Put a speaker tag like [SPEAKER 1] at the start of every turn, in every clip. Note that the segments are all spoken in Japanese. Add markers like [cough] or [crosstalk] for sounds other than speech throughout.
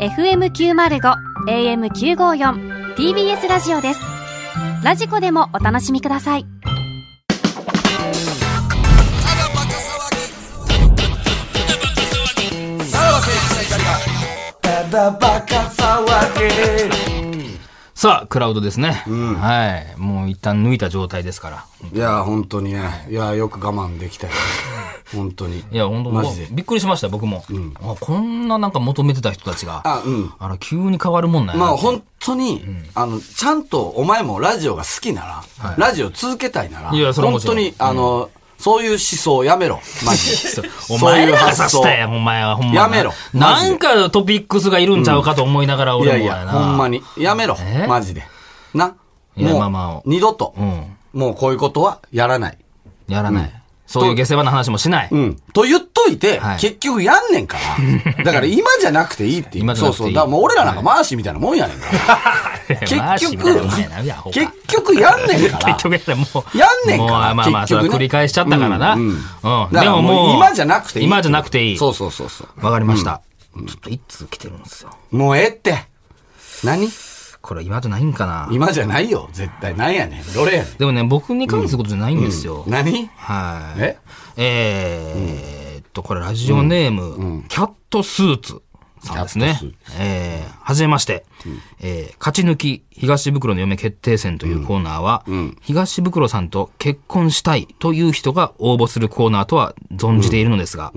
[SPEAKER 1] FM905 AM954 TBS ラジオですラジコでもお楽しみください
[SPEAKER 2] さあ、クラウドですね。はい。もう一旦抜いた状態ですから。
[SPEAKER 3] いや、本当にね。いや、よく我慢できた
[SPEAKER 2] [laughs]
[SPEAKER 3] よ。本当に。
[SPEAKER 2] いや、本当
[SPEAKER 3] マジで。
[SPEAKER 2] びっくりしました、僕も、あ。こんななんか求めてた人たちが、
[SPEAKER 3] あ、うん。
[SPEAKER 2] あら、急に変わるもんなんやな
[SPEAKER 3] まあ、本当に、あの、ちゃんとお前もラジオが好きなら、ラジオ続けたいない
[SPEAKER 2] や
[SPEAKER 3] ら、
[SPEAKER 2] それはも
[SPEAKER 3] 本
[SPEAKER 2] ちろ
[SPEAKER 3] 当
[SPEAKER 2] ん
[SPEAKER 3] に、あの、そういう思想やめろ。マジ
[SPEAKER 2] [laughs]
[SPEAKER 3] で。
[SPEAKER 2] お前ら
[SPEAKER 3] そうい
[SPEAKER 2] が
[SPEAKER 3] う
[SPEAKER 2] さ
[SPEAKER 3] 発
[SPEAKER 2] し
[SPEAKER 3] 想
[SPEAKER 2] たやん、お前は。ほんまに
[SPEAKER 3] やめろマ
[SPEAKER 2] な
[SPEAKER 3] ジで
[SPEAKER 2] んかトピックスがいるんちゃうかと思いながら、
[SPEAKER 3] い
[SPEAKER 2] 俺
[SPEAKER 3] や
[SPEAKER 2] も
[SPEAKER 3] い
[SPEAKER 2] や
[SPEAKER 3] や、
[SPEAKER 2] な。
[SPEAKER 3] ほんまに。やめろ
[SPEAKER 2] え。
[SPEAKER 3] マジで。な。
[SPEAKER 2] いや
[SPEAKER 3] もう
[SPEAKER 2] まあまあ
[SPEAKER 3] 二度と、
[SPEAKER 2] うん
[SPEAKER 3] もうこういうことはやらない。
[SPEAKER 2] やらない。そういう下世話な話もしない。 [laughs]
[SPEAKER 3] うん。と言っといて、
[SPEAKER 2] はい
[SPEAKER 3] 結局やんねん
[SPEAKER 2] [laughs]
[SPEAKER 3] から。だから今じゃなくていいっていう。
[SPEAKER 2] 今じゃ
[SPEAKER 3] そ
[SPEAKER 2] な
[SPEAKER 3] う
[SPEAKER 2] くてい
[SPEAKER 3] そ
[SPEAKER 2] い
[SPEAKER 3] う。だからもう俺らなんか回しみたいなもんやねんから。結
[SPEAKER 2] マーシーみたいなもんやなやほ
[SPEAKER 3] 局、
[SPEAKER 2] んま
[SPEAKER 3] 結局やんねん
[SPEAKER 2] [laughs]
[SPEAKER 3] から。
[SPEAKER 2] 結局やったらもう。
[SPEAKER 3] やんねんから
[SPEAKER 2] もうあまあまあ、
[SPEAKER 3] 結
[SPEAKER 2] それ
[SPEAKER 3] 局
[SPEAKER 2] は
[SPEAKER 3] ね
[SPEAKER 2] 繰り返しちゃったからな。う。
[SPEAKER 3] うんん
[SPEAKER 2] う
[SPEAKER 3] うんん
[SPEAKER 2] でももう。
[SPEAKER 3] 今じゃなくていい。
[SPEAKER 2] 今じゃなくていい。
[SPEAKER 3] そうそうそうそう。
[SPEAKER 2] わかりました。ちょっと一通来てるんですよ。
[SPEAKER 3] もうええって。何
[SPEAKER 2] これ今じゃないんかな。
[SPEAKER 3] 今じゃないよ。絶対。なんやねん。どれやねん。
[SPEAKER 2] でもね、僕に関することじゃないんですよ。
[SPEAKER 3] 何
[SPEAKER 2] はい。
[SPEAKER 3] え
[SPEAKER 2] えーっと、これラジオネーム、キャットスーツさんですね
[SPEAKER 3] キャッ。
[SPEAKER 2] えー、はじめまして、えー勝ち抜き東袋の嫁決定戦というコーナーは、東袋さんと結婚したいという人が応募するコーナーとは存じているのですが、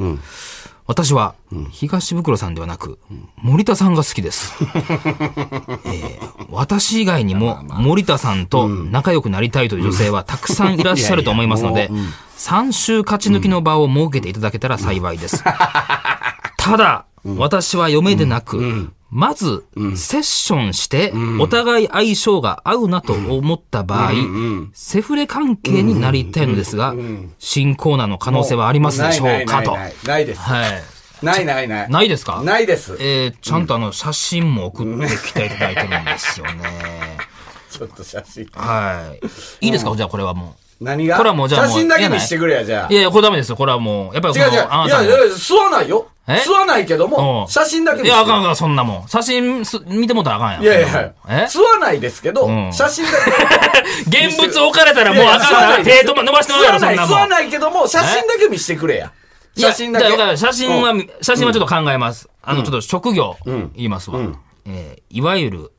[SPEAKER 2] 私は、東袋さんではなく、森田さんが好
[SPEAKER 3] [laughs]
[SPEAKER 2] きです。私以外にも森田さんと仲良くなりたいという女性はたくさんいらっしゃると思いますので、3週勝ち抜きの場を設けていただけたら幸いです。ただ、私は嫁でなく、まず、セッションして、お互い相性が合うなと思った場合、セフレ関係になりたいのですが、新コーナーの可能性はありますでしょうかと。
[SPEAKER 3] ないない
[SPEAKER 2] は
[SPEAKER 3] い。ないないです。ないないない。
[SPEAKER 2] ないですか
[SPEAKER 3] ないです。
[SPEAKER 2] えーちゃんとあの、写真も送ってきていただいてるんですよね。
[SPEAKER 3] ちょっと写真。
[SPEAKER 2] はい。いいですか、じゃあこれはも
[SPEAKER 3] 何が
[SPEAKER 2] これはもうじゃあもう
[SPEAKER 3] 写真だけ見してくれや、じゃあ
[SPEAKER 2] う。い。やいや、これダメですよ。これはもう、やっぱりこ
[SPEAKER 3] 違う違
[SPEAKER 2] の
[SPEAKER 3] う。いや
[SPEAKER 2] あ
[SPEAKER 3] い
[SPEAKER 2] なた
[SPEAKER 3] や
[SPEAKER 2] の、
[SPEAKER 3] いや、吸わないよ。
[SPEAKER 2] え
[SPEAKER 3] 吸わないけど
[SPEAKER 2] う
[SPEAKER 3] も
[SPEAKER 2] ん、
[SPEAKER 3] 写真だけ
[SPEAKER 2] い
[SPEAKER 3] 見
[SPEAKER 2] や、
[SPEAKER 3] せ
[SPEAKER 2] あ
[SPEAKER 3] て
[SPEAKER 2] かんあかん、そんなもん。写真す見てもうたらあかんやん。
[SPEAKER 3] いやいやいや、
[SPEAKER 2] え
[SPEAKER 3] 吸わないですけど
[SPEAKER 2] ん、
[SPEAKER 3] 写真だけ。
[SPEAKER 2] 現物置かれた [laughs] らもうあ
[SPEAKER 3] いやいや吸わ
[SPEAKER 2] か
[SPEAKER 3] なんい
[SPEAKER 2] 手とも伸ばしてもらうやろ、
[SPEAKER 3] 吸わな
[SPEAKER 2] そ
[SPEAKER 3] んい、
[SPEAKER 2] な
[SPEAKER 3] 吸
[SPEAKER 2] も
[SPEAKER 3] わ
[SPEAKER 2] ん。
[SPEAKER 3] ないけども、写真だけ見してくれや。
[SPEAKER 2] いや
[SPEAKER 3] 写真だけ。
[SPEAKER 2] だから写真は
[SPEAKER 3] うん、
[SPEAKER 2] 写真はちょっと考えます。あの、ちょっと職業、言いますわ。えーいわゆる、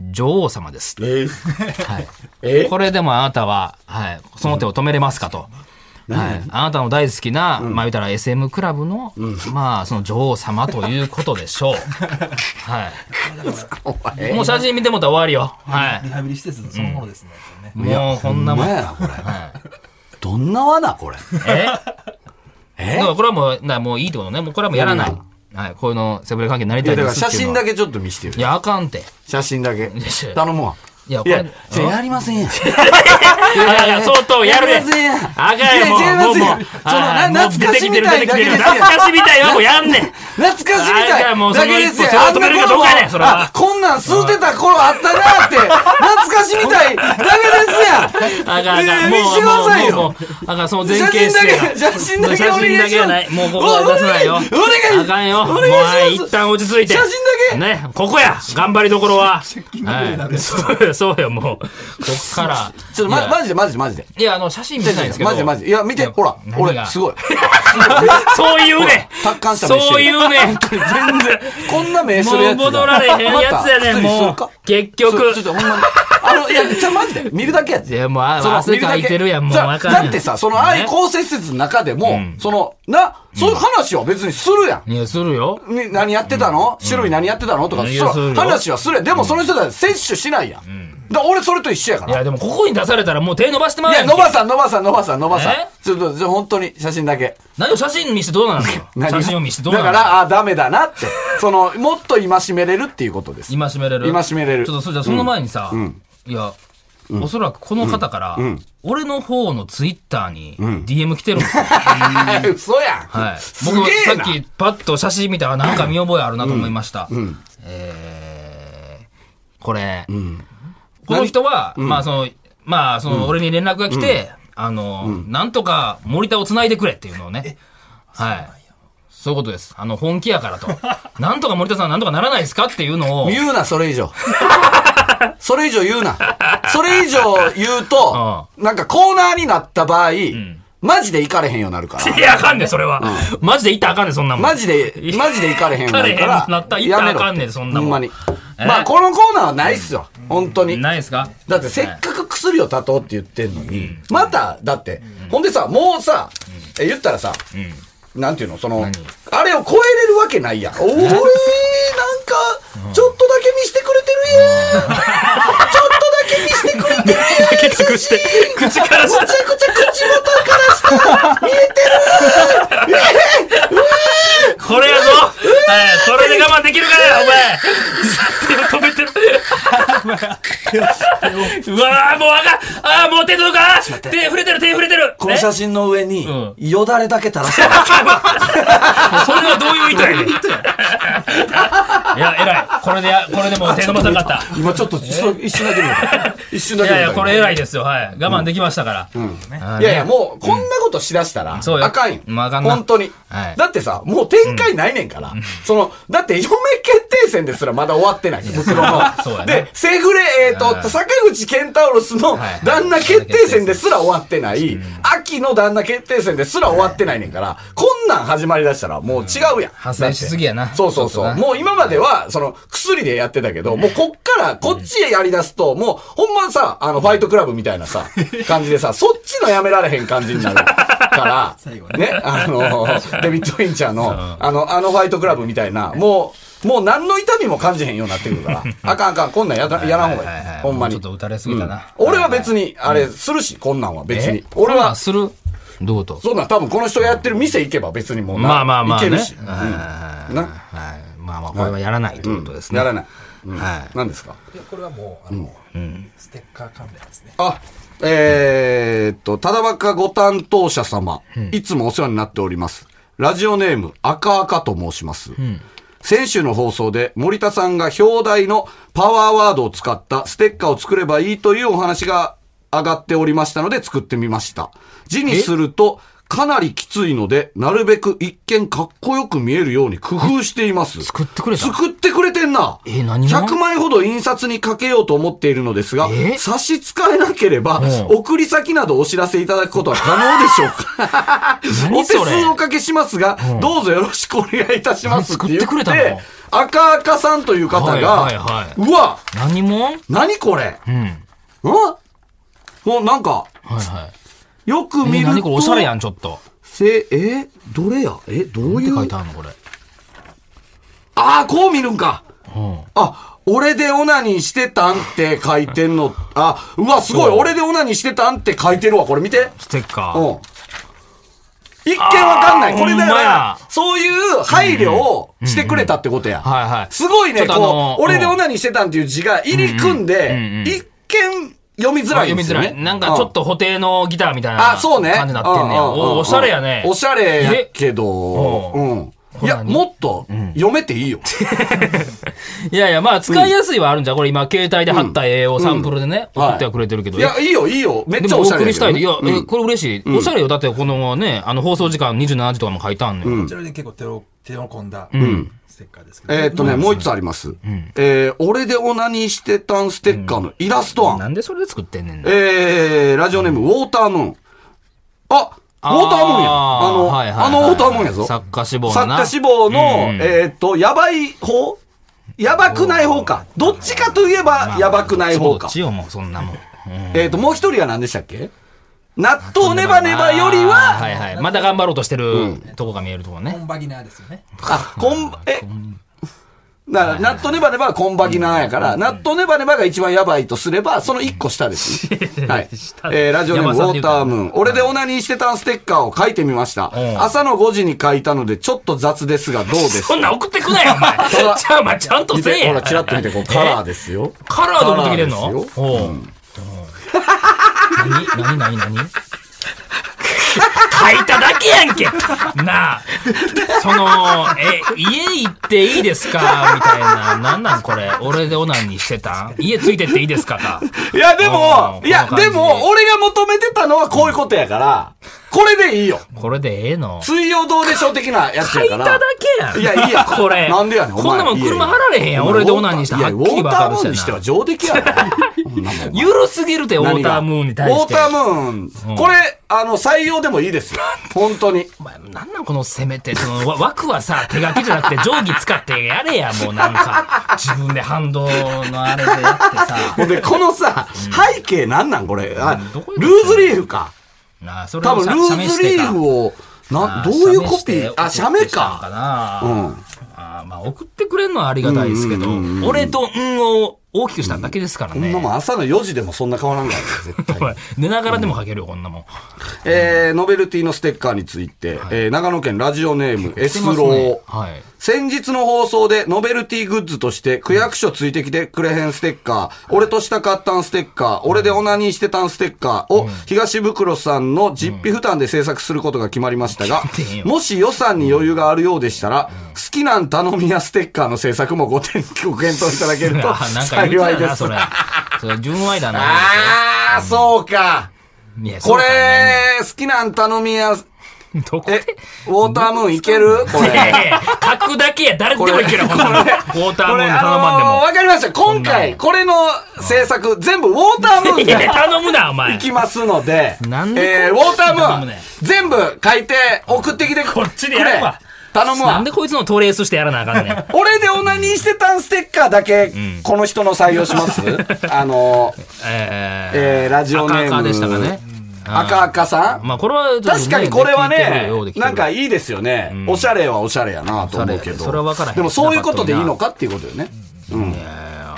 [SPEAKER 2] 女王様です。
[SPEAKER 3] えー
[SPEAKER 2] はい。
[SPEAKER 3] えー
[SPEAKER 2] これでもあなたは、はい、その手を止めれますかと。はい、あなたの大好きな、まあ言うたら SM クラブの、まあその女王様ということ
[SPEAKER 3] [laughs]
[SPEAKER 2] でしょう。はい。もう写真見てもらったら終わりよ。はい
[SPEAKER 4] リ。ハビリ施設そのものですね。
[SPEAKER 2] もうこんな
[SPEAKER 3] ほん
[SPEAKER 2] も
[SPEAKER 3] ま
[SPEAKER 2] ん。
[SPEAKER 3] やな、これ。どんな罠、これ。
[SPEAKER 2] え
[SPEAKER 3] え
[SPEAKER 2] だからこれはもう、なもういいってことね。もうこれはもうやらない。はい。こういうの、セブレ関係になりたいですっていうのは。
[SPEAKER 3] 写真だけちょっと見して
[SPEAKER 2] い
[SPEAKER 3] よ。
[SPEAKER 2] や、あかんって。
[SPEAKER 3] 写真だけ。頼むわ。
[SPEAKER 2] いや、こ
[SPEAKER 3] いや
[SPEAKER 2] れ、、
[SPEAKER 3] じゃあやりま
[SPEAKER 2] [laughs]
[SPEAKER 3] せんやん。
[SPEAKER 2] いやいや、相当やる
[SPEAKER 3] や
[SPEAKER 2] ね
[SPEAKER 3] りませんやん。
[SPEAKER 2] あかんよ、も
[SPEAKER 3] い
[SPEAKER 2] う
[SPEAKER 3] や違いま。す
[SPEAKER 2] も
[SPEAKER 3] よ
[SPEAKER 2] う、もう
[SPEAKER 3] その
[SPEAKER 2] あー
[SPEAKER 3] な
[SPEAKER 2] もう
[SPEAKER 3] 懐かしみたいだけですよ [laughs]
[SPEAKER 2] 出てきてる出てきてる懐かしみたいはもうやんねん。
[SPEAKER 3] 懐かしみ
[SPEAKER 2] あじゃ
[SPEAKER 3] た
[SPEAKER 2] あ
[SPEAKER 3] い
[SPEAKER 2] もうその
[SPEAKER 3] だけですよ
[SPEAKER 2] 一。歩
[SPEAKER 3] あ
[SPEAKER 2] それを止
[SPEAKER 3] んな
[SPEAKER 2] める
[SPEAKER 3] 頃
[SPEAKER 2] かどうかやねんそれは
[SPEAKER 3] あ、こんなん吸うてた頃あったなーって、懐かしみたいだけですやん。
[SPEAKER 2] あかんあかん。
[SPEAKER 3] えー見してくださいよ
[SPEAKER 2] もうもうもうあかん、その前
[SPEAKER 3] 写
[SPEAKER 2] 傾
[SPEAKER 3] 真
[SPEAKER 2] 姿
[SPEAKER 3] だ
[SPEAKER 2] 勢が
[SPEAKER 3] け、。写真だけお
[SPEAKER 2] 写
[SPEAKER 3] 願い
[SPEAKER 2] 真
[SPEAKER 3] しま
[SPEAKER 2] だ
[SPEAKER 3] す。
[SPEAKER 2] けはない。もうここは出さないよ。
[SPEAKER 3] お願い。
[SPEAKER 2] あかんよ。
[SPEAKER 3] お
[SPEAKER 2] もう
[SPEAKER 3] 願い
[SPEAKER 2] はい
[SPEAKER 3] します。
[SPEAKER 2] 一旦落ち着いて。
[SPEAKER 3] 写真
[SPEAKER 2] だけね、ここや。頑張りどころは。はい。そうよ、そうよ、もう。こっから。
[SPEAKER 3] ちょっとま、マジでマジでマジで。
[SPEAKER 2] いや、あの、写真見てないんですけど。
[SPEAKER 3] マジでマジで。いや、見て、ほら、
[SPEAKER 2] 何が
[SPEAKER 3] 俺、すごい。
[SPEAKER 2] そういうね。
[SPEAKER 3] 達観した目し
[SPEAKER 2] そう
[SPEAKER 3] て
[SPEAKER 2] い
[SPEAKER 3] る。 [laughs]
[SPEAKER 2] うね。
[SPEAKER 3] 全然、こんな目す
[SPEAKER 2] も
[SPEAKER 3] るや
[SPEAKER 2] う
[SPEAKER 3] つ。
[SPEAKER 2] 戻られへんやつやねん、もう
[SPEAKER 3] また。
[SPEAKER 2] 結
[SPEAKER 3] 薬する
[SPEAKER 2] 局
[SPEAKER 3] か。ちょちょっとほんまに。あ
[SPEAKER 2] [laughs]
[SPEAKER 3] の、いや、じゃあマジで、見るだけやつ
[SPEAKER 2] い。や、もう、
[SPEAKER 3] その
[SPEAKER 2] あ汗かいてるやん、も
[SPEAKER 3] 見
[SPEAKER 2] う、
[SPEAKER 3] だけ
[SPEAKER 2] わかん
[SPEAKER 3] だ
[SPEAKER 2] ない
[SPEAKER 3] だってさ、その愛
[SPEAKER 2] ね
[SPEAKER 3] 好施設の中でも、
[SPEAKER 2] ん
[SPEAKER 3] その、な、そういう話は別にするやん。
[SPEAKER 2] いや、するよ。
[SPEAKER 3] ね何やってたの、白い何やってたのとか、
[SPEAKER 2] いや
[SPEAKER 3] そ
[SPEAKER 2] そう
[SPEAKER 3] う
[SPEAKER 2] よ
[SPEAKER 3] 話はするやん。でもその人たち摂取しないやん。だから俺それと一緒やか
[SPEAKER 2] い
[SPEAKER 3] ら。い
[SPEAKER 2] や、でも、ここに出されたらもう手伸ばしてまう
[SPEAKER 3] や、
[SPEAKER 2] やん
[SPEAKER 3] 伸ばさん、伸ばさん、伸ばさん、伸ばさん
[SPEAKER 2] え。
[SPEAKER 3] ちょっと、じゃあ本当に写真だけ。
[SPEAKER 2] 何を写真見してどうなのよ。
[SPEAKER 3] [laughs] 何
[SPEAKER 2] 写真を見してどうな
[SPEAKER 3] だ
[SPEAKER 2] の
[SPEAKER 3] から、あ、ダメだなって。その、もっと戒めれるっていうことです。
[SPEAKER 2] 今しめれる。
[SPEAKER 3] 戒めれる
[SPEAKER 2] ちょっと、それじゃあその前にさ、いや、おそらくこの方から、俺の方のツイッターに DM 来てるんで
[SPEAKER 3] [laughs]
[SPEAKER 2] すよ。
[SPEAKER 3] [laughs] 嘘やん。
[SPEAKER 2] は
[SPEAKER 3] [laughs]
[SPEAKER 2] い。
[SPEAKER 3] す
[SPEAKER 2] 僕
[SPEAKER 3] げ
[SPEAKER 2] もさ
[SPEAKER 3] えな
[SPEAKER 2] っ。きパッと写真見たらなんか見覚えあるなと思いました。えー、これ、この人は、まあその、まあその俺に連絡が来て、あの、なんとか森田を繋いでくれっていうのをね。はい。そういうことです。あの、本気やからと。 [laughs] なんとか森田さんなんとかならないですかっていうのを。
[SPEAKER 3] 言うな、それ以上。 [laughs] それ以上言うな。それ以上言う
[SPEAKER 2] [laughs]
[SPEAKER 3] と、なんかコーナーになった場合、マジで行かれへんようにな
[SPEAKER 2] [laughs]
[SPEAKER 3] るから。
[SPEAKER 2] いや、あかんねんそれは。マジで行ったらあかんねんそんなもん。
[SPEAKER 3] マジで、マジで行かれへんようになるか
[SPEAKER 2] 行かれへんよう
[SPEAKER 3] ら
[SPEAKER 2] に。なったら行った
[SPEAKER 3] や
[SPEAKER 2] ら
[SPEAKER 3] め
[SPEAKER 2] あ
[SPEAKER 3] ろ
[SPEAKER 2] かんねんそんなもん
[SPEAKER 3] ほんまに。
[SPEAKER 2] え
[SPEAKER 3] まあ、このコーナーはないっすよ。本当に。
[SPEAKER 2] ないですか
[SPEAKER 3] だってせっかく薬を断とうって言ってんのに、また、だって、ほんでさ、もうさ、え言ったらさ、 [laughs] なんていうの、その、あれを超えれるわけない [laughs] やん。おーい、なんか、ちょっとだけ見してくれてる [laughs] やん。ちょっとだけ見してくれてるやん。
[SPEAKER 2] 隠して、口か
[SPEAKER 3] め
[SPEAKER 2] ら
[SPEAKER 3] ちゃ
[SPEAKER 2] し
[SPEAKER 3] くちゃ口元から下、見えてるえーうわー
[SPEAKER 2] これやぞはい、これで我慢できるかよ、お前手を止
[SPEAKER 3] [laughs]
[SPEAKER 2] めてる。うわーもうあかんあーもう手届かん手触れてる、手触れてる
[SPEAKER 3] この写真の上に
[SPEAKER 2] うん、
[SPEAKER 3] よだれだけ垂らしてる。
[SPEAKER 2] それはどういう意図やねん。いや、偉い。これでや、これでもう手伸ばさなかっ
[SPEAKER 3] [laughs] 今ちょっと一 [laughs] 瞬一瞬だけ見えた。一瞬
[SPEAKER 2] た。
[SPEAKER 3] だ
[SPEAKER 2] い
[SPEAKER 3] け見
[SPEAKER 2] やい
[SPEAKER 3] えた。
[SPEAKER 2] や、これ偉いですよ。はい。我慢できましたから。
[SPEAKER 3] いやいや、もう、こんなことしだしたら、
[SPEAKER 2] そうよ
[SPEAKER 3] あかんよ。
[SPEAKER 2] まああかんな
[SPEAKER 3] 本当に
[SPEAKER 2] はい。
[SPEAKER 3] だってさ、もう展開ないねんから。その、だって、嫁決定戦ですらまだ終わってない。そ
[SPEAKER 2] [laughs] そうや
[SPEAKER 3] の
[SPEAKER 2] な
[SPEAKER 3] で、セフレ、えっ
[SPEAKER 2] はい
[SPEAKER 3] と、坂口健太郎の
[SPEAKER 2] はい
[SPEAKER 3] 旦那決定戦ですら終わってない。秋の旦那決定戦ですら終わってないねんから、こんなん始まりだしたら、もう違うやん。
[SPEAKER 2] 発生しすぎやな。
[SPEAKER 3] そうそうそう。
[SPEAKER 2] ちょっとな
[SPEAKER 3] もう今までは、その、薬でやってたけど、もうこっから、こっちへやり出すと、もう、ほんまさ、あの、ファイトクラブみたいな
[SPEAKER 2] [laughs]
[SPEAKER 3] さ、感じでさ、そっちのやめられへん感じになる
[SPEAKER 2] [laughs]
[SPEAKER 3] か
[SPEAKER 4] 最後
[SPEAKER 3] ら、ね、あの、デビッド・フィンチャーの、あの、あのファイトクラブみたいな、もう、もう何の痛みも感じへんようになってくるから、あかんあかん、こんなんやらやらんほう
[SPEAKER 2] はいはい
[SPEAKER 3] がい。
[SPEAKER 2] はいい
[SPEAKER 3] ほんまに。
[SPEAKER 2] もうちょっと打たれすぎたな
[SPEAKER 3] うん俺は別に、あれ、するし、こんなんは別に
[SPEAKER 2] え。
[SPEAKER 3] 俺
[SPEAKER 2] こんなん
[SPEAKER 3] は、
[SPEAKER 2] するどういうこと
[SPEAKER 3] そんなん多分この人がやってる店行けば別にもうな、
[SPEAKER 2] まあまあまあね。
[SPEAKER 3] いけるし。
[SPEAKER 2] はいはいはい
[SPEAKER 3] うんな
[SPEAKER 2] はいまあまあ、これはやらないということですね。
[SPEAKER 3] やらない。
[SPEAKER 2] はい。
[SPEAKER 3] 何ですか
[SPEAKER 4] やこれはもうあの、ステッカー関連ですね
[SPEAKER 3] あ、えーっと、ただばかご担当者様、いつもお世話になっております。ラジオネーム、赤赤と申します。先週の放送で森田さんが表題のパワーワードを使ったステッカーを作ればいいというお話が上がっておりましたので作ってみました。字にするとかなりきついので、なるべく一見かっこよく見えるように工夫しています。
[SPEAKER 2] 作ってくれた
[SPEAKER 3] 作ってくれてんな。
[SPEAKER 2] え何が
[SPEAKER 3] 100枚ほど印刷にかけようと思っているのですが
[SPEAKER 2] え、
[SPEAKER 3] 差し支えなければ、
[SPEAKER 2] うん
[SPEAKER 3] 送り先などお知らせいただくことは可能でしょうかお
[SPEAKER 2] [laughs] 何
[SPEAKER 3] 手
[SPEAKER 2] それ
[SPEAKER 3] 数をおかけしますが、どうぞよろしくお願いいたしますって言って、
[SPEAKER 2] 何作ってくれたの
[SPEAKER 3] 赤赤さんという方が、
[SPEAKER 2] はいはいは
[SPEAKER 3] うわ
[SPEAKER 2] 何もん
[SPEAKER 3] 何これ
[SPEAKER 2] うん。
[SPEAKER 3] んお、なんか、
[SPEAKER 2] はいはい。
[SPEAKER 3] よく見
[SPEAKER 2] え、
[SPEAKER 3] ると。
[SPEAKER 2] 何これおしゃれやん、ちょっと。
[SPEAKER 3] せ、えどれやえどう
[SPEAKER 2] っ
[SPEAKER 3] い
[SPEAKER 2] て書
[SPEAKER 3] う
[SPEAKER 2] いてあるの、これ。
[SPEAKER 3] ああ、こう見るんか。
[SPEAKER 2] うん。
[SPEAKER 3] あ、俺でオナニーしてたんって書いてんの。あ、うわ、すごい。俺でオナニーしてたんって書いてるわ。これ見て。
[SPEAKER 2] ステッカ
[SPEAKER 3] う
[SPEAKER 2] ー。
[SPEAKER 3] ん。一見わかんない。
[SPEAKER 2] あー
[SPEAKER 3] これだ
[SPEAKER 2] ほんま
[SPEAKER 3] から
[SPEAKER 2] や、
[SPEAKER 3] そういう配慮をしてくれたってことや。
[SPEAKER 2] はいはい。
[SPEAKER 3] すごいね、
[SPEAKER 2] ちょっとあ
[SPEAKER 3] こ
[SPEAKER 2] の
[SPEAKER 3] う、
[SPEAKER 2] ー
[SPEAKER 3] 俺でオナニーしてたんっていう字が入り組ん
[SPEAKER 2] うんうんうんう
[SPEAKER 3] で
[SPEAKER 2] ん、
[SPEAKER 3] 一見読みづらいんですよね。
[SPEAKER 2] 読みづらい。なんかちょっと補定のギターみたいな
[SPEAKER 3] あ、
[SPEAKER 2] 感
[SPEAKER 3] そうね。
[SPEAKER 2] じになってんねや。
[SPEAKER 3] うんうんうんうん
[SPEAKER 2] おおしゃれやね。
[SPEAKER 3] おしゃれや
[SPEAKER 2] え
[SPEAKER 3] けど、
[SPEAKER 2] う
[SPEAKER 3] うん。い
[SPEAKER 2] ほ
[SPEAKER 3] や、
[SPEAKER 2] んまに
[SPEAKER 3] もっと読めていいよ。
[SPEAKER 2] いやいや、まあ使いやすいはあるんじゃん。これ今、携帯で貼った絵をサンプルでね、
[SPEAKER 3] うんうん
[SPEAKER 2] 送ってはくれてるけど。
[SPEAKER 3] いや、いいよ、いいよ。めっ
[SPEAKER 2] で
[SPEAKER 3] ちゃ
[SPEAKER 2] も
[SPEAKER 3] お
[SPEAKER 2] お
[SPEAKER 3] しゃれ
[SPEAKER 2] 送
[SPEAKER 3] や
[SPEAKER 2] り
[SPEAKER 3] け
[SPEAKER 2] し
[SPEAKER 3] ど
[SPEAKER 2] た
[SPEAKER 3] ね
[SPEAKER 2] いで。いや、
[SPEAKER 3] うん
[SPEAKER 2] えこれ嬉しい。おしゃれよ。だってこのね、あの放送時間27時とかも書いてあんのよ。
[SPEAKER 4] こちらで結構手を手の込んだステッカーですけど、
[SPEAKER 3] えーっとね、もう一つあります。えー、俺でオナニーしてたんステッカーのイラスト案。
[SPEAKER 2] なんでそれで作ってんねんな。
[SPEAKER 3] えー、ラジオネーム、ウォータームーン。あウォータームーンや。あの、
[SPEAKER 2] はいはいはい
[SPEAKER 3] あのウォータームーンやぞ。
[SPEAKER 2] 作家志望
[SPEAKER 3] 作
[SPEAKER 2] のな
[SPEAKER 3] 家志望の、
[SPEAKER 2] うんうん
[SPEAKER 3] えーっと、やばい方やばくない方か。どっちかといえば、やばくない方
[SPEAKER 2] ど
[SPEAKER 3] か
[SPEAKER 2] っ。ちよ、もうそんなもん。うん
[SPEAKER 3] えーっと、もう一人は何でしたっけ納豆ネバネバよりは、
[SPEAKER 2] はいはい。また頑張ろうとしてるとこが見えるとこね
[SPEAKER 4] コ。ンバギナーですよね
[SPEAKER 3] あ、こん、え、だから、ナットネバネバはコンバギナーやから、ナットネバネバが一番やばいとすれば、その一個下
[SPEAKER 2] [laughs]
[SPEAKER 3] ですね。はい。えーラジオネーム、ウ
[SPEAKER 2] 山さん
[SPEAKER 3] ォー
[SPEAKER 2] に言う
[SPEAKER 3] タ
[SPEAKER 2] たら
[SPEAKER 3] ームーン。俺でオナニーしてたんステッカーを書いてみました。
[SPEAKER 2] ん
[SPEAKER 3] 朝の5時に書いたので、ちょっと雑ですが、どうです
[SPEAKER 2] そんなん送ってくなよ、お
[SPEAKER 3] [laughs]
[SPEAKER 2] 前。
[SPEAKER 3] ただ
[SPEAKER 2] じゃあ、お前、ちゃんと
[SPEAKER 3] 見
[SPEAKER 2] せえ
[SPEAKER 3] て、ほ
[SPEAKER 2] や
[SPEAKER 3] ら、。チラッと見て、こう、カラーですよ。
[SPEAKER 2] カラーで送ってきてんの
[SPEAKER 3] カラーです
[SPEAKER 2] おう。何何何何書いただけやんけなあ、その、え、家行っていいですかみたいな。なんなんこれ。俺でオナニーしてたん家ついてっていいですかか。
[SPEAKER 3] いや、でも
[SPEAKER 2] う、ん
[SPEAKER 3] いや、
[SPEAKER 2] こんな
[SPEAKER 3] で
[SPEAKER 2] 感じ
[SPEAKER 3] も、俺が求めてたのはこういうことやから、これでいいよ。
[SPEAKER 2] これでええの。
[SPEAKER 3] 水曜どうでしょう的なやつ
[SPEAKER 2] 書い
[SPEAKER 3] や
[SPEAKER 2] た
[SPEAKER 3] から。
[SPEAKER 2] だけやん。
[SPEAKER 3] いや、いいや。
[SPEAKER 2] [laughs] これ。
[SPEAKER 3] なんでやねん、お前
[SPEAKER 2] こんなもん車払われへんやん。
[SPEAKER 3] いい
[SPEAKER 2] 俺でオナニーした
[SPEAKER 3] いや
[SPEAKER 2] ら
[SPEAKER 3] ウ
[SPEAKER 2] は
[SPEAKER 3] ォ
[SPEAKER 2] っきり
[SPEAKER 3] ー
[SPEAKER 2] バ
[SPEAKER 3] タ
[SPEAKER 2] カ
[SPEAKER 3] ームーン
[SPEAKER 2] る
[SPEAKER 3] に
[SPEAKER 2] し
[SPEAKER 3] してて
[SPEAKER 2] な
[SPEAKER 3] は。上出来やろ。こんなもん
[SPEAKER 2] ゆるすぎる [laughs] て、ウォータームーンに対
[SPEAKER 3] ウォ
[SPEAKER 2] し
[SPEAKER 3] ー
[SPEAKER 2] て。
[SPEAKER 3] タームーン、これ、あの、採用でもいいですよ。本当に。
[SPEAKER 2] お前、なんなんこのせめて、その、わ枠はさ、手書きじゃなくて定規使ってやれや、もうな
[SPEAKER 3] [laughs]
[SPEAKER 2] んか。自分で反動のあれでやってさ。
[SPEAKER 3] ほんで、このさ、背景なんなんこれ。あ
[SPEAKER 2] どこよ
[SPEAKER 3] ルーズリーフか。
[SPEAKER 2] なあ、それ
[SPEAKER 3] 多
[SPEAKER 2] を
[SPEAKER 3] 分、
[SPEAKER 2] さ
[SPEAKER 3] ル
[SPEAKER 2] 写メ
[SPEAKER 3] ー
[SPEAKER 2] し
[SPEAKER 3] ズ
[SPEAKER 2] て
[SPEAKER 3] リ
[SPEAKER 2] か
[SPEAKER 3] ーフを、な、
[SPEAKER 2] あ
[SPEAKER 3] どういうコピーあ、
[SPEAKER 2] 写
[SPEAKER 3] シ
[SPEAKER 2] メ
[SPEAKER 3] ャ
[SPEAKER 2] して送って
[SPEAKER 3] メ
[SPEAKER 2] きたんか
[SPEAKER 3] か。
[SPEAKER 2] な。
[SPEAKER 3] うん
[SPEAKER 2] あーまあ、送ってくれるのはありがたいですけど、俺と運を大きくしただけですから
[SPEAKER 3] こん
[SPEAKER 2] ね
[SPEAKER 3] な。もん朝の4時でもそんな変わらんからね、絶対。
[SPEAKER 2] おい寝ながらでも書けるよ、こんなもん。
[SPEAKER 3] えー、ノベルティのステッカーについて、えー長野県ラジオネーム、エスロー、
[SPEAKER 2] ねはい
[SPEAKER 3] 先日の放送でノベルティグッズとして、区役所ついてきてくれへんステッカー、俺としたかったんステッカー、俺でオナニーしてたんステッカーを、東袋さんの実費負担で制作することが決まりましたが
[SPEAKER 2] 決定、よ
[SPEAKER 3] もし予算に余裕があるようでしたら、好きなん頼みやステッカーの制作もご検討いただけると
[SPEAKER 2] あ [laughs] なんか言う
[SPEAKER 3] 幸い
[SPEAKER 2] てた
[SPEAKER 3] で
[SPEAKER 2] な、
[SPEAKER 3] す
[SPEAKER 2] そ。れ。それ、純愛だな。
[SPEAKER 3] あー、そうか。
[SPEAKER 2] いや
[SPEAKER 3] こ、
[SPEAKER 2] そうかね
[SPEAKER 3] れ、好きなん頼みや、
[SPEAKER 2] ど [laughs] こ
[SPEAKER 3] え
[SPEAKER 2] で、
[SPEAKER 3] ウォータームーンいけるこ
[SPEAKER 2] [laughs] いやい
[SPEAKER 3] れ。
[SPEAKER 2] やいや書くだけや、誰でもいけるよ、こんなのウォーター
[SPEAKER 3] こ
[SPEAKER 2] ム
[SPEAKER 3] れ、
[SPEAKER 2] ーンに
[SPEAKER 3] あ
[SPEAKER 2] 頼まんで
[SPEAKER 3] のー
[SPEAKER 2] も。
[SPEAKER 3] わかりました。今回、これの制作、全部ウォータームーン
[SPEAKER 2] いやい
[SPEAKER 3] で
[SPEAKER 2] や、頼むな、お前
[SPEAKER 3] い。きますので、え
[SPEAKER 2] なんで
[SPEAKER 3] ーウ
[SPEAKER 2] こ
[SPEAKER 3] ォ
[SPEAKER 2] っ
[SPEAKER 3] ー
[SPEAKER 2] ちに
[SPEAKER 3] ターム
[SPEAKER 2] 頼むねん
[SPEAKER 3] ーン、全部書いて送ってきてくれ。
[SPEAKER 2] こっちでやるわ
[SPEAKER 3] 頼む
[SPEAKER 2] なん
[SPEAKER 3] わ
[SPEAKER 2] で。こいつのトレースしてやらな
[SPEAKER 3] [laughs]
[SPEAKER 2] あかんねん。
[SPEAKER 3] 俺でオナニーしてたんステッカーだけ、この人の採用します
[SPEAKER 2] [laughs]
[SPEAKER 3] あのー、
[SPEAKER 2] え
[SPEAKER 3] えーラジオネーム
[SPEAKER 2] 赤赤でしたかね。
[SPEAKER 3] 赤赤さん
[SPEAKER 2] まあこれはちょっとね、
[SPEAKER 3] 確かにこれは
[SPEAKER 2] できてる
[SPEAKER 3] ね
[SPEAKER 2] ようでき、てる
[SPEAKER 3] なんかいいですよね。おしゃれはおしゃれやなと思うけ
[SPEAKER 2] おしゃれ
[SPEAKER 3] ど。
[SPEAKER 2] それは分からへん
[SPEAKER 3] でもそういうことでいいのかっていうことよね。うん。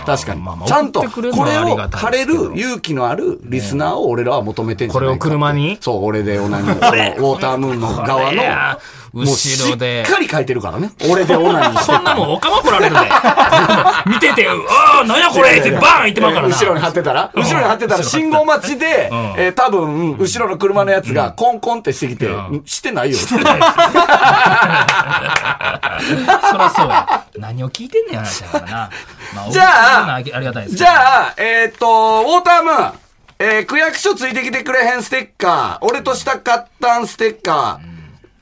[SPEAKER 3] 確かに
[SPEAKER 2] まあま。あ
[SPEAKER 3] ちゃんと、
[SPEAKER 2] 送って
[SPEAKER 3] こ
[SPEAKER 2] くれ
[SPEAKER 3] れ
[SPEAKER 2] るのはあり
[SPEAKER 3] を
[SPEAKER 2] がたい
[SPEAKER 3] 晴
[SPEAKER 2] で
[SPEAKER 3] れ
[SPEAKER 2] すけど
[SPEAKER 3] る勇気のあるリスナーを俺らは求めてんじゃないかって
[SPEAKER 2] これを車に
[SPEAKER 3] そう、俺でオナニー。
[SPEAKER 2] [laughs]
[SPEAKER 3] そのウォータームーンの側
[SPEAKER 2] こ
[SPEAKER 3] の
[SPEAKER 2] れや、
[SPEAKER 3] もう
[SPEAKER 2] 後ろで
[SPEAKER 3] しっかり書いてるからね。俺でオナニーして
[SPEAKER 2] こんなもん、おかま来られるで。 [laughs] 見てて、ああ、なんやこれってバーン言ってまうからな。
[SPEAKER 3] 後ろに貼ってたら後ろに貼ってたら信号待ちで、えー多分、後ろの車のやつがコンコンってしてきて、んしてないよ。
[SPEAKER 2] そらそうや。何を聞いてんねん、話だからな。ま
[SPEAKER 3] [laughs]
[SPEAKER 2] あ
[SPEAKER 3] じゃあ
[SPEAKER 2] 送ってくれるのはありがたいです
[SPEAKER 3] じ
[SPEAKER 2] けど。
[SPEAKER 3] ゃあ、えーっ、と、ウォータームーン、えー区役所ついてきてくれへんステッカー、俺としたかったんステッカー、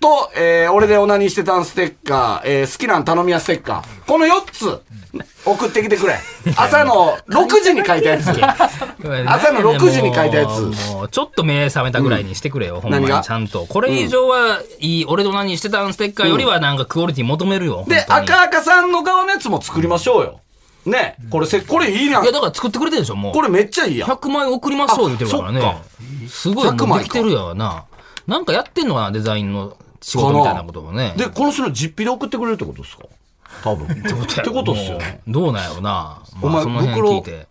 [SPEAKER 3] と、えー俺でオナニーしてたんステッカー、えー好きなん頼みやステッカー。この4つ、送ってきてくれ。朝の6時に書いたやつ。朝の6時に書いたやつ
[SPEAKER 2] もうもうちょっと目覚めたぐらいにしてくれよ、ほんまに
[SPEAKER 3] 何が
[SPEAKER 2] ちゃんと。これ以上はいい、俺と何してたんステッカーよりはなんかクオリティ求めるよ。
[SPEAKER 3] で、
[SPEAKER 2] 本当に
[SPEAKER 3] 赤赤さんの側のやつも作りましょうよ。ね、これせ、これいいやん
[SPEAKER 2] いや、。だから作ってくれてるでしょ、もう。
[SPEAKER 3] これめっちゃいいやん。
[SPEAKER 2] 100枚送りましょう言ってるからね
[SPEAKER 3] あそっか。
[SPEAKER 2] すごい、
[SPEAKER 3] 100枚
[SPEAKER 2] もう
[SPEAKER 3] か
[SPEAKER 2] できてるやわな。なんかやってんのかな、デザインの仕事みたいなこともね。
[SPEAKER 3] で、この人の実費で送ってくれるってことですか多分。ってことっすよね。
[SPEAKER 2] もうどうなんやろな。
[SPEAKER 3] お
[SPEAKER 2] ま
[SPEAKER 3] 前
[SPEAKER 2] あ、その辺聞いて。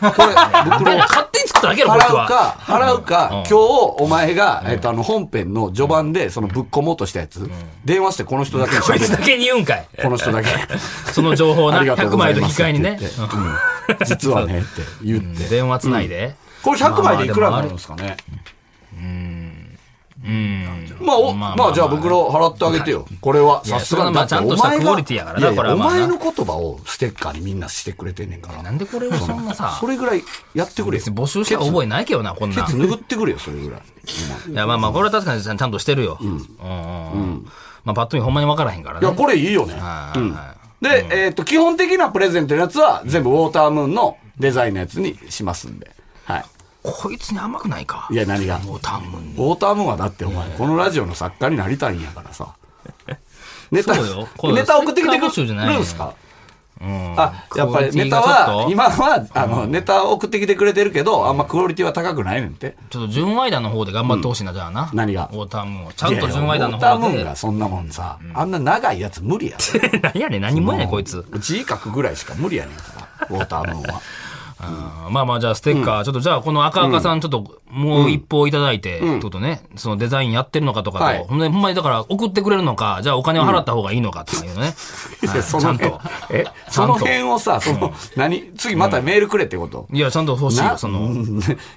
[SPEAKER 3] これ、
[SPEAKER 2] みたいな勝手に作った [laughs] だけやろ、こいつ
[SPEAKER 3] 払う
[SPEAKER 2] は。
[SPEAKER 3] か、払うか、今日、お前が、えっと、あの、本編の序盤で、その、ぶっ込もうとしたやつ、電話してこの人だけに
[SPEAKER 2] [laughs] こいつだ
[SPEAKER 3] 喋る。
[SPEAKER 2] けに言うんかい。
[SPEAKER 3] この人
[SPEAKER 2] [laughs]
[SPEAKER 3] だけ。
[SPEAKER 2] その情報な、
[SPEAKER 3] ありがとう
[SPEAKER 2] 100
[SPEAKER 3] ござ
[SPEAKER 2] 枚
[SPEAKER 3] い
[SPEAKER 2] と引
[SPEAKER 3] ま
[SPEAKER 2] き
[SPEAKER 3] す
[SPEAKER 2] 換えにね
[SPEAKER 3] って。言ってうん実はね、って言っ
[SPEAKER 2] うん
[SPEAKER 3] て。
[SPEAKER 2] 電話つないで。
[SPEAKER 3] これ100枚でいくらになるん
[SPEAKER 2] ま
[SPEAKER 3] ですかね。
[SPEAKER 2] うん。
[SPEAKER 3] まあ、お
[SPEAKER 2] まあまあ
[SPEAKER 3] まあ、じゃあ、袋払ってあげてよ。これは、
[SPEAKER 2] いや
[SPEAKER 3] さすがに
[SPEAKER 2] それはま
[SPEAKER 3] だっ
[SPEAKER 2] あ
[SPEAKER 3] て
[SPEAKER 2] ちゃんとした
[SPEAKER 3] お前が
[SPEAKER 2] クオリティやからない
[SPEAKER 3] い
[SPEAKER 2] これはまあ
[SPEAKER 3] お
[SPEAKER 2] な
[SPEAKER 3] 前の言葉をステッカーにみんなしてくれてんねんから。
[SPEAKER 2] なんでこれをそんなさ
[SPEAKER 3] そ、れぐらいやってくれよ。
[SPEAKER 2] 別に募集した覚えないけどな、こん
[SPEAKER 3] ケ
[SPEAKER 2] なん。
[SPEAKER 3] ツ拭ってくれよ、それぐらい。
[SPEAKER 2] いや、まあまあ、これは確かにちゃんとしてるよ。うん。うんうん。まあ、パッと見ほんまにわからへんから
[SPEAKER 3] い
[SPEAKER 2] ね。
[SPEAKER 3] や、これいいよね。
[SPEAKER 2] はいはいはい
[SPEAKER 3] で、えっ、と、基本的なプレゼントのやつは、全部ウォータームーンのデザインのやつにしますんで。はい。
[SPEAKER 2] こいつに甘くないか。
[SPEAKER 3] いや、何が。ウ
[SPEAKER 2] も
[SPEAKER 3] ォ
[SPEAKER 2] う多分。
[SPEAKER 3] ータームーンはだって、お前、このラジオの作家になりたいんやから
[SPEAKER 2] [laughs]
[SPEAKER 3] さ。ネタ
[SPEAKER 2] そうよこ、れ
[SPEAKER 3] ネタ送ってきてく
[SPEAKER 2] ステッカー募集じゃないよ
[SPEAKER 3] るんすか
[SPEAKER 2] うん。
[SPEAKER 3] あ、やっぱりネタ
[SPEAKER 2] クオ
[SPEAKER 3] は、
[SPEAKER 2] リティが
[SPEAKER 3] 今は、あの、ネタ送ってきてくれてるけど、あんまクオリティは高くないねんって。
[SPEAKER 2] ちょっと純愛団の方で頑張ってほしいな、じゃあな。
[SPEAKER 3] 何が
[SPEAKER 2] ウォータームーンを。ちゃんと純
[SPEAKER 3] いや
[SPEAKER 2] 愛団
[SPEAKER 3] いや
[SPEAKER 2] の
[SPEAKER 3] ウォーターム
[SPEAKER 2] 方
[SPEAKER 3] ーン
[SPEAKER 2] で
[SPEAKER 3] が。そんなもんさ、あんな長いやつ無理やで
[SPEAKER 2] [laughs] 何やねん、何もやねん、こいつ。 [laughs]
[SPEAKER 3] 字書くぐらいしか無理やねんから、ウォータームーンは。
[SPEAKER 2] まあまあ、じゃあステッカー、ちょっとじゃあこの赤赤さん、ちょっともう一報いただいて、ちょっとね、そのデザインやってるのかとかと、
[SPEAKER 3] はい
[SPEAKER 2] ほんで、ほんまにだから送ってくれるのか、じゃあお金を払った方がいいのかとか
[SPEAKER 3] [laughs]
[SPEAKER 2] いうのね。はい
[SPEAKER 3] でその辺
[SPEAKER 2] ちゃんと。
[SPEAKER 3] え、 [laughs] その辺をさ、その、何次またメールくれってこと
[SPEAKER 2] いや、ちゃんと欲しい
[SPEAKER 3] な
[SPEAKER 2] よ、その。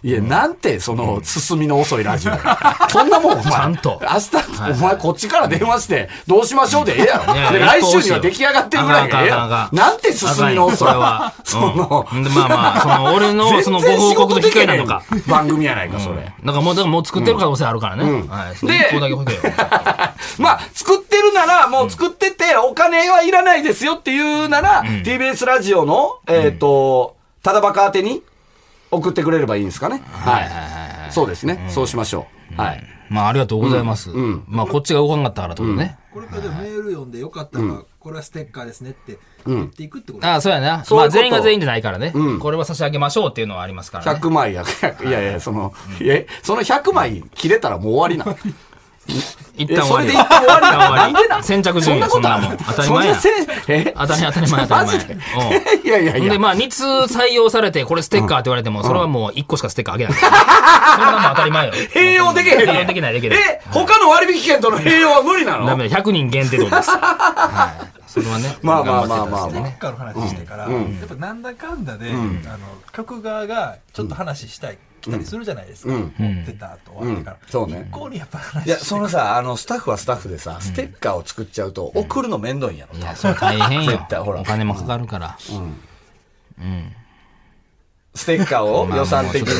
[SPEAKER 3] いや、なんて、その、進みの遅いラ
[SPEAKER 2] [laughs]
[SPEAKER 3] ジオや。そんなもん、お前。
[SPEAKER 2] ちゃんと
[SPEAKER 3] 明日、お前、こっちから電話して、どうしましょうでええや
[SPEAKER 2] いや
[SPEAKER 3] ろ。
[SPEAKER 2] い
[SPEAKER 3] で、
[SPEAKER 2] や
[SPEAKER 3] 来週には出来上がってるぐらいがええ
[SPEAKER 2] あかんあかんあ
[SPEAKER 3] や
[SPEAKER 2] か
[SPEAKER 3] ろ。
[SPEAKER 2] ん
[SPEAKER 3] なんて進みの遅い
[SPEAKER 2] あかんよ
[SPEAKER 3] [laughs] その
[SPEAKER 2] それはうん、でまあまな、その、俺の、その、ご報告の機会なのか。
[SPEAKER 3] 番組やないか、それ。
[SPEAKER 2] なんかもう、だからもう作ってる可能性あるからね。はい。その一個だけほどよ。
[SPEAKER 3] まあ、作ってるなら、もう作ってて、お金はいらないですよっていうなら、TBS ラジオの、えっと、ただバカ宛てに送ってくれればいいんですかね。はい。そうですね。そうしましょう。はい。
[SPEAKER 2] まあ、ありがとうございます。まあ、こっちが動かなかったからってことね。
[SPEAKER 4] これからでもメール読んでよかったら、これはステッカーですねって言っていくってこと
[SPEAKER 2] ああ、そうやな。
[SPEAKER 3] そう
[SPEAKER 2] ま
[SPEAKER 3] いう
[SPEAKER 2] あ、
[SPEAKER 3] こと
[SPEAKER 2] 全員が全員じゃないからね。これは差し上げましょうっていうのはありますからね。
[SPEAKER 3] 100枚や、いやいや、その、え、その100枚切れたらもう終わりな。
[SPEAKER 2] 一旦終わり
[SPEAKER 3] えそれで一旦終わりな
[SPEAKER 2] 一旦
[SPEAKER 3] なんでな
[SPEAKER 2] 先着
[SPEAKER 3] そ
[SPEAKER 2] 順
[SPEAKER 3] ん
[SPEAKER 2] や、
[SPEAKER 3] な
[SPEAKER 2] そ
[SPEAKER 3] こ
[SPEAKER 2] ん
[SPEAKER 3] と
[SPEAKER 2] な
[SPEAKER 3] あ
[SPEAKER 2] もん。
[SPEAKER 3] る
[SPEAKER 2] 当たり前や。
[SPEAKER 3] そんなせんえ
[SPEAKER 2] 当たり当たり前当た
[SPEAKER 3] マ
[SPEAKER 2] り前。
[SPEAKER 3] ジで
[SPEAKER 2] うん
[SPEAKER 3] [laughs] いやいやい
[SPEAKER 2] ほんで、
[SPEAKER 3] や。
[SPEAKER 2] まあ、2通採用されて、これステッカーって言われても、それはもう1個しかステッカ
[SPEAKER 3] [laughs]
[SPEAKER 2] ーあげない。そんなもん当たり前よ。
[SPEAKER 3] 併用できへんの
[SPEAKER 2] 併用できない、できない。
[SPEAKER 3] え、他の割引券との併用は無理な
[SPEAKER 2] ダ
[SPEAKER 3] の
[SPEAKER 2] メだ、100人限定ってことです。はい。それはね。
[SPEAKER 3] まあまあまあまあ
[SPEAKER 2] 頑張っていただいて
[SPEAKER 4] ステ
[SPEAKER 2] ね
[SPEAKER 4] ッカーの話してから、やっぱなんだかんだで、あの曲側がちょっと話したい、来たりするじゃないですか、持ってた後終わってから、
[SPEAKER 3] うんそうね
[SPEAKER 4] 一向にやっぱ話
[SPEAKER 3] いや、そのさ、あの、スタッフはスタッフでさ、ステッカーを作っちゃうと、送るの面倒いんやろ。
[SPEAKER 2] いや、それ大変よ
[SPEAKER 3] 絶対ほ。ら
[SPEAKER 2] お金もかかるから。
[SPEAKER 3] ステッカーを予算的に。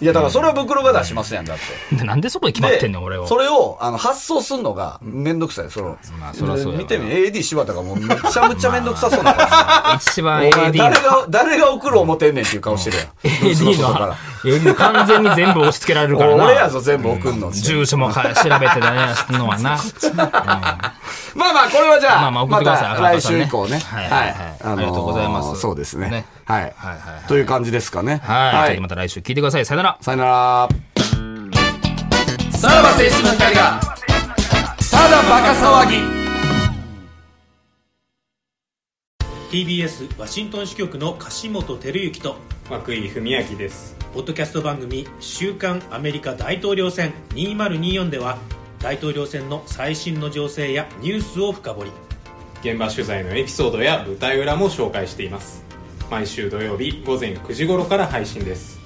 [SPEAKER 3] いや、だからそれは袋が出しますやん、だって。
[SPEAKER 2] でなんでそこで決まってんの俺を。
[SPEAKER 3] それを、あの、発送すんのが、めんどくさい。その、
[SPEAKER 2] まあそらそうやわ
[SPEAKER 3] 見てみ、AD 柴田がもう、めちゃめちゃめんどくさそうな顔してる
[SPEAKER 2] 一番
[SPEAKER 3] お前
[SPEAKER 2] [laughs] AD
[SPEAKER 3] 誰
[SPEAKER 2] の。
[SPEAKER 3] が、誰が送る思てんねんっていう顔してる
[SPEAKER 2] [laughs]
[SPEAKER 3] やん。
[SPEAKER 2] AD
[SPEAKER 3] 外
[SPEAKER 2] の
[SPEAKER 3] か、。
[SPEAKER 2] AD の完全に全部押し付けられるかららな。
[SPEAKER 3] 俺やぞ、全部送んの。
[SPEAKER 2] 住所もか調べてだね、すん
[SPEAKER 3] [laughs]
[SPEAKER 2] のはな。
[SPEAKER 3] まあまあ、これはじゃ
[SPEAKER 2] ま
[SPEAKER 3] あ、
[SPEAKER 2] あまあ送ってください
[SPEAKER 3] ま
[SPEAKER 2] 赤
[SPEAKER 3] た
[SPEAKER 2] 川
[SPEAKER 3] 来
[SPEAKER 2] さん
[SPEAKER 3] 週
[SPEAKER 2] ね
[SPEAKER 3] 以降ね。
[SPEAKER 2] はいはいはい
[SPEAKER 3] のー
[SPEAKER 2] ありがとうございます
[SPEAKER 3] そうですね
[SPEAKER 2] ね。
[SPEAKER 3] はい。
[SPEAKER 2] はいはいはい
[SPEAKER 3] という感じですかね。
[SPEAKER 2] はい。ということでまた来週聞いてください。さよなら。
[SPEAKER 3] さよなら。さらば青春の光が、ただバカ騒ぎ。
[SPEAKER 5] TBS ワシントン支局の樫本照之と
[SPEAKER 6] 涌井文明です
[SPEAKER 5] ポッドキャスト番組「週刊アメリカ大統領選2024」では大統領選の最新の情勢やニュースを深掘り
[SPEAKER 6] 現場取材のエピソードや舞台裏も紹介しています毎週土曜日午前9時頃から配信です